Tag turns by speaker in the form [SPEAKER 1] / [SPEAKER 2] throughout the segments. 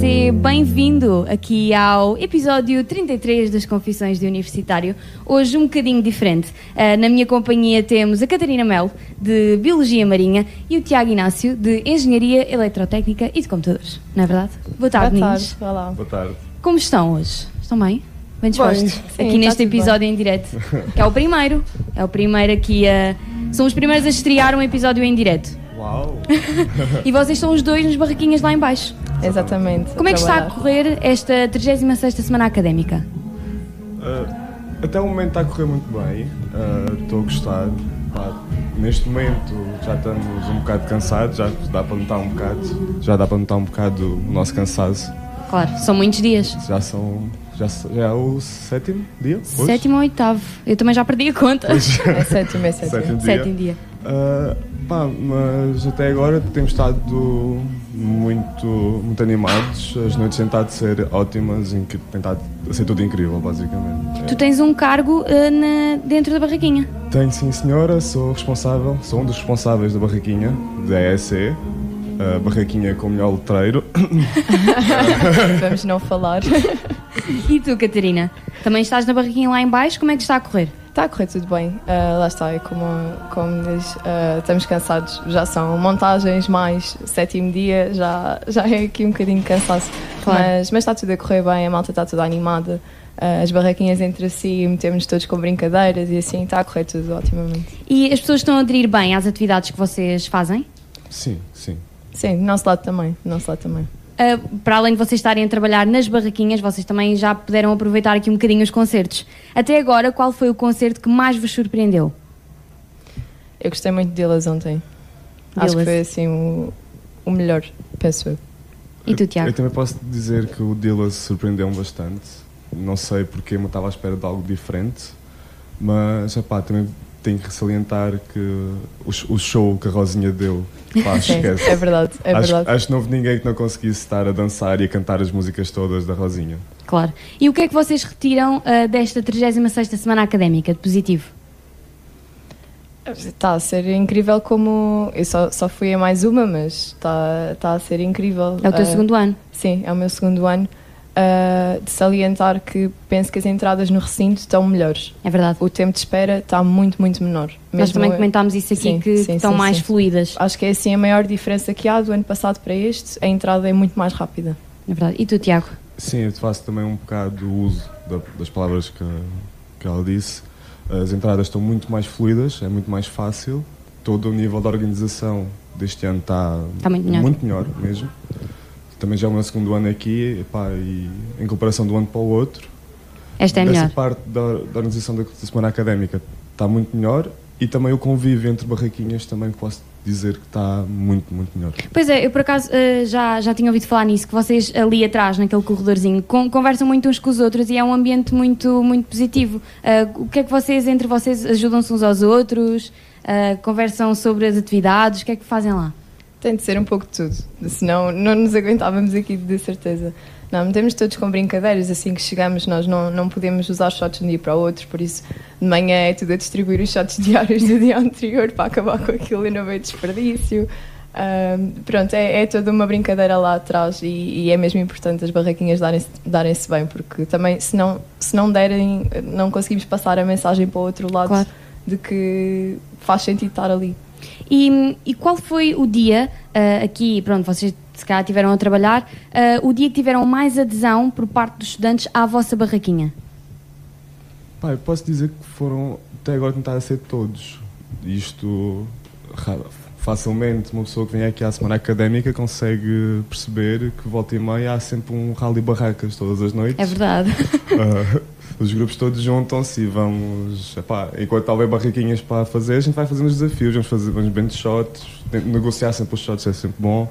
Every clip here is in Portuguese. [SPEAKER 1] Seja bem-vindo aqui ao episódio 33 das Confissões de Universitário. Hoje um bocadinho diferente. Ah, na minha companhia temos a Catarina Melo, de Biologia Marinha, e o Tiago Inácio, de Engenharia Eletrotécnica e de Computadores. Não é verdade? Boa tarde,
[SPEAKER 2] Boa
[SPEAKER 1] meninos.
[SPEAKER 2] tarde, vá lá.
[SPEAKER 3] Boa tarde.
[SPEAKER 1] Como estão hoje? Estão bem? Bem dispostos?
[SPEAKER 2] Bem, sim,
[SPEAKER 1] aqui
[SPEAKER 2] tá
[SPEAKER 1] neste
[SPEAKER 2] tudo bem.
[SPEAKER 1] episódio em direto. Que é o primeiro. É o primeiro aqui a. São os primeiros a estrear um episódio em direto.
[SPEAKER 3] Uau!
[SPEAKER 1] E vocês são os dois nos barraquinhas lá em baixo.
[SPEAKER 2] Exatamente.
[SPEAKER 1] Como é que está a
[SPEAKER 2] trabalhar.
[SPEAKER 1] correr esta 36 semana académica?
[SPEAKER 3] Ah, até o momento está a correr muito bem. Ah, Estou a gostar. Pá, neste momento já estamos um bocado cansados, já dá para notar um bocado. Já dá para notar um bocado o nosso cansaço.
[SPEAKER 1] Claro, são muitos dias.
[SPEAKER 3] Já são. Já, s- já é o sétimo dia? Hoje?
[SPEAKER 1] Sétimo ou oitavo? Eu também já perdi a conta.
[SPEAKER 2] É sétimo, é sétimo.
[SPEAKER 3] Sétimo dia.
[SPEAKER 1] Sétimo dia.
[SPEAKER 3] Ah, pá, mas até agora temos estado muito, muito animados. As noites têm estado a ser ótimas, inc- tem estado a ser tudo incrível, basicamente.
[SPEAKER 1] Tu tens um cargo eh, na- dentro da barraquinha.
[SPEAKER 3] Tenho sim, senhora. Sou responsável, sou um dos responsáveis da barraquinha da ESE. A barraquinha com o melhor letreiro.
[SPEAKER 2] Vamos não falar.
[SPEAKER 1] E tu, Catarina? Também estás na barraquinha lá em baixo. Como é que está a correr?
[SPEAKER 2] Está a correr tudo bem. Ah, lá está, é como, como diz, ah, estamos cansados. Já são montagens mais sétimo dia, já, já é aqui um bocadinho de cansaço.
[SPEAKER 1] Claro.
[SPEAKER 2] Mas, mas está tudo a correr bem, a malta está toda animada. ah, as barraquinhas entre si, metemos todos com brincadeiras e assim, está a correr tudo otimamente.
[SPEAKER 1] E as pessoas estão a aderir bem às atividades que vocês fazem?
[SPEAKER 3] Sim, sim.
[SPEAKER 2] Sim, do nosso lado também, do nosso lado também.
[SPEAKER 1] Ah, para além de vocês estarem a trabalhar nas barraquinhas, vocês também já puderam aproveitar aqui um bocadinho os concertos. Até agora, qual foi o concerto que mais vos surpreendeu?
[SPEAKER 2] Eu gostei muito delas ontem. Acho
[SPEAKER 1] Delas.
[SPEAKER 2] que foi assim o, o melhor, penso eu.
[SPEAKER 1] E tu,
[SPEAKER 3] Eu-
[SPEAKER 1] Tiago?
[SPEAKER 3] Eu também posso dizer que o Dilla surpreendeu-me bastante. Não sei porque eu estava à espera de algo diferente, mas epá, também tenho que salientar que o, sh- o show que a Rosinha deu, pá,
[SPEAKER 2] Sim,
[SPEAKER 3] esquece.
[SPEAKER 2] é verdade, é
[SPEAKER 3] acho,
[SPEAKER 2] verdade.
[SPEAKER 3] acho que não houve ninguém que não conseguisse estar a dançar e a cantar as músicas todas da Rosinha.
[SPEAKER 1] Claro. E o que é que vocês retiram ah, desta 36ª semana académica de positivo?
[SPEAKER 2] Está a ser incrível como. Eu só, só fui a mais uma, mas está está a ser incrível.
[SPEAKER 1] É o teu
[SPEAKER 2] Ah,
[SPEAKER 1] segundo ano.
[SPEAKER 2] Sim, é o meu segundo ano. Ah, de salientar que penso que as entradas no recinto estão melhores.
[SPEAKER 1] É verdade.
[SPEAKER 2] O tempo de espera está muito, muito menor.
[SPEAKER 1] Nós
[SPEAKER 2] Mesmo
[SPEAKER 1] também
[SPEAKER 2] eu-
[SPEAKER 1] comentámos isso aqui,
[SPEAKER 2] Sim,
[SPEAKER 1] que
[SPEAKER 2] sim,
[SPEAKER 1] estão
[SPEAKER 2] sim,
[SPEAKER 1] mais
[SPEAKER 2] sim.
[SPEAKER 1] fluídas.
[SPEAKER 2] Acho é que é assim a maior diferença que há do ano passado para este. A entrada é muito mais rápida.
[SPEAKER 1] É verdade. E tu, Tiago?
[SPEAKER 3] Sim, eu faço também um bocado o uso da- das palavras que, que ela disse. As entradas estão muito mais fluidas, é muito mais fácil. Todo o nível da organização deste ano está
[SPEAKER 1] Está muito melhor.
[SPEAKER 3] muito melhor mesmo. Também já é o meu segundo ano aqui epá, e em comparação de um ano para o outro,
[SPEAKER 1] Esta é a
[SPEAKER 3] essa
[SPEAKER 1] melhor.
[SPEAKER 3] parte da, da organização da, da semana académica está muito melhor e também o convívio entre barraquinhas também posso dizer que está muito, muito melhor.
[SPEAKER 1] Pois é, eu por acaso eh, já, já tinha ouvido falar nisso, que vocês ali atrás, naquele corredorzinho, con- conversam muito uns com os outros e é um ambiente muito, muito positivo. Eh, o que é que vocês, entre vocês, ajudam-se uns aos outros? Eh, conversam sobre as atividades? O que é que fazem lá?
[SPEAKER 2] Tem de ser um pouco de tudo, senão não nos aguentávamos aqui de certeza. Não, metemos todos com brincadeiras, assim que chegamos nós não, não podemos usar shots de um dia para o outro, por isso de manhã é tudo a distribuir os shots diários do dia anterior para acabar com aquilo e não haver desperdício. Ahm, pronto, é, é toda uma brincadeira lá atrás e, e é mesmo importante as barraquinhas darem-se darem bem, porque também se não, se não derem, não conseguimos passar a mensagem para o outro lado
[SPEAKER 1] Claro.
[SPEAKER 2] de que faz sentido estar ali.
[SPEAKER 1] E, e qual foi o dia, eh, aqui, pronto, vocês se calhar tiveram a trabalhar, eh, o dia que tiveram mais adesão por parte dos estudantes à vossa barraquinha?
[SPEAKER 3] Pá, eu posso dizer que foram até agora tentaram ser todos. Isto ra- facilmente uma pessoa que vem aqui à semana académica consegue perceber que volta e meia há sempre um rally barracas todas as noites.
[SPEAKER 1] É verdade.
[SPEAKER 3] Ah, os grupos todos juntam-se e vamos. Epá, enquanto houver barraquinhas para fazer, a gente vai fazendo os desafios, vamos fazer vamos bem de shots, tem- negociar sempre os shots é sempre bom.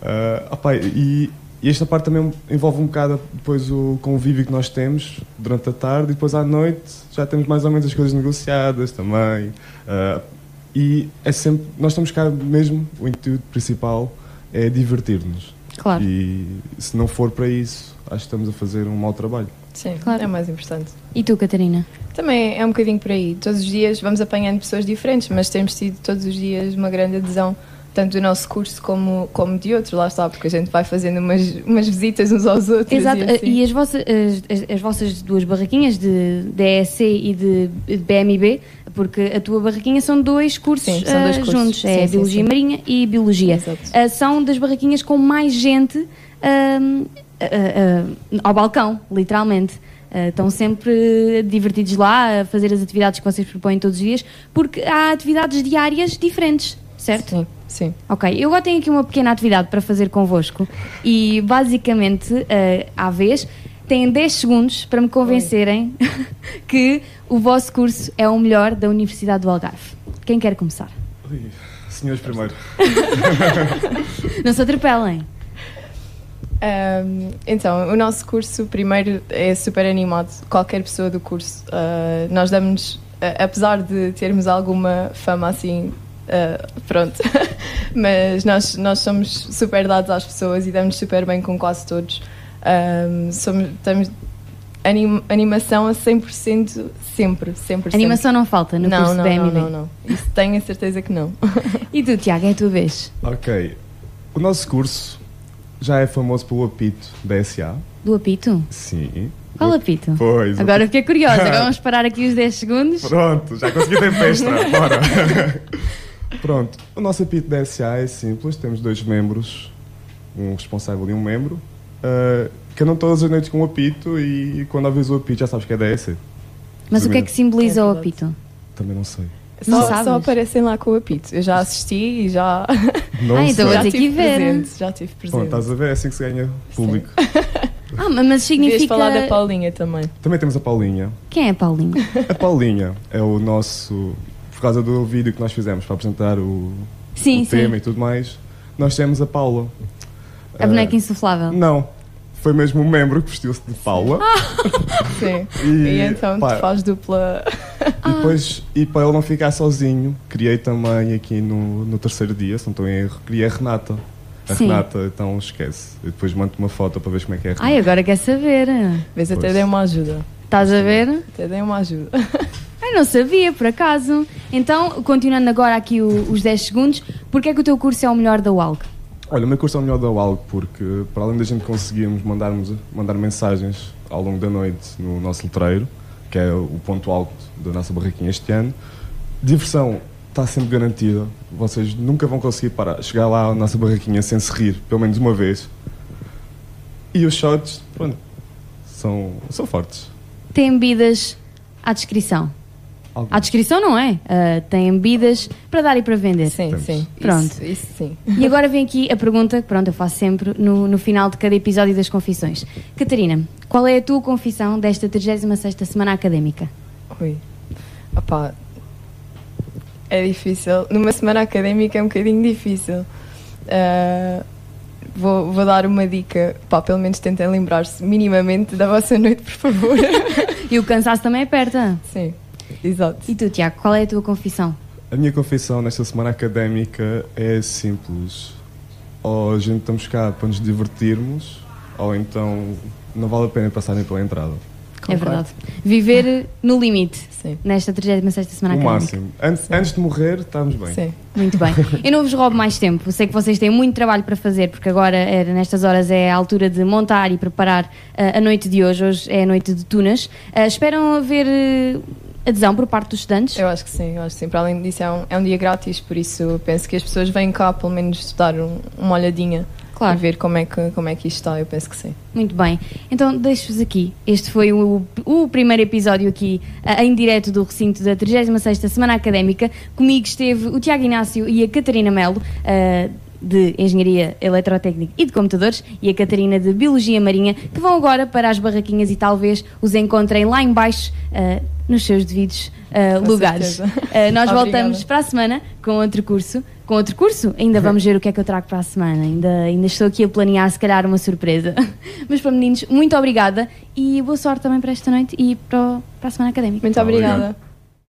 [SPEAKER 3] Ah, opá, e, e esta parte também envolve um bocado depois o convívio que nós temos durante a tarde e depois à noite já temos mais ou menos as coisas negociadas também. Ah, e é sempre. Nós estamos cá mesmo, o intuito principal é divertir-nos.
[SPEAKER 1] Claro.
[SPEAKER 3] E se não for para isso, acho que estamos a fazer um mau trabalho.
[SPEAKER 2] Sim,
[SPEAKER 1] Claro.
[SPEAKER 2] é o mais importante.
[SPEAKER 1] E tu, Catarina?
[SPEAKER 2] Também é um bocadinho por aí. Todos os dias vamos apanhando pessoas diferentes, mas temos tido todos os dias uma grande adesão, tanto do nosso curso como, como de outros, lá está, porque a gente vai fazendo umas, umas visitas uns aos outros.
[SPEAKER 1] Exato,
[SPEAKER 2] E assim.
[SPEAKER 1] e as vossas, as, as- as vossas duas barraquinhas de, de ESC e de, de BMB, porque a tua barraquinha são dois cursos,
[SPEAKER 2] Sim, são dois
[SPEAKER 1] ah,
[SPEAKER 2] cursos.
[SPEAKER 1] juntos,
[SPEAKER 2] Sim,
[SPEAKER 1] é
[SPEAKER 2] sim,
[SPEAKER 1] Biologia
[SPEAKER 2] sim.
[SPEAKER 1] Marinha e Biologia.
[SPEAKER 2] Exato.
[SPEAKER 1] Ah, são das barraquinhas com mais gente ahm, ah, ah, ah, ao balcão, literalmente. Ah, estão sempre divertidos lá a fazer as atividades que vocês propõem todos os dias, porque há atividades diárias diferentes, é certo?
[SPEAKER 2] Sim, sim.
[SPEAKER 1] Ok, eu agora tenho aqui uma pequena atividade para fazer convosco e basicamente, eh, à vez, têm 10 segundos para me convencerem que o vosso curso é o melhor da Universidade do Algarve. Quem quer começar?
[SPEAKER 3] Ui, Senhores, primeiro.
[SPEAKER 1] Não se atropelem.
[SPEAKER 2] Ahm, então, o nosso curso, primeiro, é super animado. Qualquer pessoa do curso. ah, nós damos, ah, apesar de termos alguma fama assim, ah, pronto, mas nós, nós somos super dados às pessoas e damos super bem com quase todos. Ahm, somos, temos anim- animação a 100% sempre, sempre,
[SPEAKER 1] Animação não falta no
[SPEAKER 2] sempre.
[SPEAKER 1] curso
[SPEAKER 2] Não, não,
[SPEAKER 1] da
[SPEAKER 2] não,
[SPEAKER 1] MB.
[SPEAKER 2] não, não. Isso tenho a certeza que não.
[SPEAKER 1] E tu, Tiago, é a tua vez.
[SPEAKER 3] Ok. O nosso curso já é famoso pelo apito da SA.
[SPEAKER 1] Do apito?
[SPEAKER 3] Sim.
[SPEAKER 1] Qual apito?
[SPEAKER 3] Pois.
[SPEAKER 1] Agora fiquei curiosa, agora vamos parar aqui os 10 segundos.
[SPEAKER 3] Pronto, já consegui ter festa. Bora. Pronto. O nosso apito da SA é simples. Temos dois membros, um responsável e um membro, ah, que andam todas as noites com o apito e quando aves o apito já sabes que é da SA.
[SPEAKER 1] Mas o que é que simboliza
[SPEAKER 2] É
[SPEAKER 1] o
[SPEAKER 2] verdade.
[SPEAKER 1] apito?
[SPEAKER 3] Também não sei.
[SPEAKER 1] Não
[SPEAKER 2] Só,
[SPEAKER 1] sabes?
[SPEAKER 2] só aparecem lá com o apito. Eu já assisti e já.
[SPEAKER 3] Não
[SPEAKER 1] Ah,
[SPEAKER 3] sei.
[SPEAKER 1] então Vou
[SPEAKER 2] já
[SPEAKER 1] ter
[SPEAKER 2] tive
[SPEAKER 1] que ver.
[SPEAKER 2] presente, já tive presente.
[SPEAKER 3] Pronto, estás a ver? É assim que se ganha público.
[SPEAKER 1] Ah, ma- mas
[SPEAKER 2] Devias
[SPEAKER 1] significa.
[SPEAKER 2] falar da Paulinha também.
[SPEAKER 3] Também temos a Paulinha.
[SPEAKER 1] Quem é Paulinho?
[SPEAKER 3] A Paulinha é o nosso. Por causa do vídeo que nós fizemos para apresentar o,
[SPEAKER 1] Sim, sim.
[SPEAKER 3] o tema e tudo mais, nós temos a Paula. Ah,
[SPEAKER 1] A boneca insuflável.
[SPEAKER 3] Não. Foi mesmo um membro que vestiu-se de Paula.
[SPEAKER 1] Ah,
[SPEAKER 2] Sim.
[SPEAKER 3] E,
[SPEAKER 2] E então
[SPEAKER 3] pá,
[SPEAKER 2] tu faz dupla.
[SPEAKER 3] e depois, e para ele não ficar sozinho, criei também aqui no, no terceiro dia, se não estou em erro, criei a Renata. A
[SPEAKER 1] Sim. Ah,
[SPEAKER 3] Renata, então esquece. Eu depois mando uma foto para ver como é que é a Renata.
[SPEAKER 1] Ai, agora quer saber.
[SPEAKER 2] Vês até
[SPEAKER 3] Pois.
[SPEAKER 2] dei uma ajuda.
[SPEAKER 1] Estás a ver?
[SPEAKER 2] Até dei uma ajuda.
[SPEAKER 1] Eu não sabia, por acaso. Então, continuando agora aqui o- os 10 segundos, porque é que o teu curso é o melhor da UALG?
[SPEAKER 3] Olha, o meu curso é o melhor da UALG porque, para além da gente conseguirmos mandarmos, mandar mensagens ao longo da noite no nosso letreiro, que é o ponto alto da nossa barraquinha este ano, diversão está sempre garantida. Vocês nunca vão conseguir parar, chegar lá à nossa barraquinha sem se rir, pelo menos uma vez. E os shots, pronto, são, são fortes.
[SPEAKER 1] Tem bebidas à descrição.
[SPEAKER 3] Algo-
[SPEAKER 1] À descrição não é? Ah, tem bebidas para dar e para vender.
[SPEAKER 2] Sim,
[SPEAKER 3] Temos.
[SPEAKER 2] sim.
[SPEAKER 1] Pronto.
[SPEAKER 2] Isso, isso sim.
[SPEAKER 1] E agora vem aqui a pergunta que, pronto, eu faço sempre no, no final de cada episódio das confissões. Catarina, qual é a tua confissão desta 36ª semana académica?
[SPEAKER 2] Ui. Opá. É difícil. Numa semana académica é um bocadinho difícil. Ah, vou, vou dar uma dica. Pá, pelo menos tentem lembrar-se minimamente da vossa noite, por favor.
[SPEAKER 1] E o cansaço também aperta.
[SPEAKER 2] sim. Exato.
[SPEAKER 1] E tu, Tiago, qual é a tua confissão?
[SPEAKER 3] A minha confissão nesta semana académica é simples. Ou a gente estamos cá para nos divertirmos, ou então não vale a pena passarem pela entrada.
[SPEAKER 1] É
[SPEAKER 2] Concordo.
[SPEAKER 1] verdade. Viver no limite.
[SPEAKER 2] Sim.
[SPEAKER 1] Nesta 36 semana
[SPEAKER 3] o
[SPEAKER 1] académica.
[SPEAKER 3] máximo. Antes, antes de morrer, estamos bem.
[SPEAKER 2] Sim.
[SPEAKER 1] Muito bem. Eu não vos roubo mais tempo. Eu Sei que vocês têm muito trabalho para fazer, porque agora, eh, nestas horas, é a altura de montar e preparar eh, a noite de hoje. Hoje é a noite de Tunas. Eh, esperam haver eh, adesão por parte dos estudantes?
[SPEAKER 2] Eu acho que sim, eu acho que sim. Para além disso, é um, é um dia grátis, por isso penso que as pessoas vêm cá pelo menos dar um- uma olhadinha
[SPEAKER 1] Claro.
[SPEAKER 2] e ver como é, que, como é que isto está. Eu penso que sim.
[SPEAKER 1] Muito bem. Então, deixo-vos aqui. Este foi o, o primeiro episódio aqui eh, em direto do recinto da 36ª Semana Académica. Comigo esteve o Tiago Inácio e a Catarina Melo, eh, de Engenharia Eletrotécnica e de Computadores, e a Catarina de Biologia Marinha, que vão agora para as barraquinhas e talvez os encontrem lá em baixo eh, nos seus devidos eh,
[SPEAKER 2] Com
[SPEAKER 1] lugares.
[SPEAKER 2] certeza.
[SPEAKER 1] Eh, nós
[SPEAKER 2] Obrigada.
[SPEAKER 1] voltamos para a semana com outro curso. Com outro curso, ainda vamos ver o que é que eu trago para a semana. Ainda, ainda estou aqui a planear, se calhar, uma surpresa. Mas para meninos, muito obrigada e boa sorte também para esta noite e para, o- para a semana académica.
[SPEAKER 2] Muito
[SPEAKER 3] Obrigado.
[SPEAKER 2] obrigada.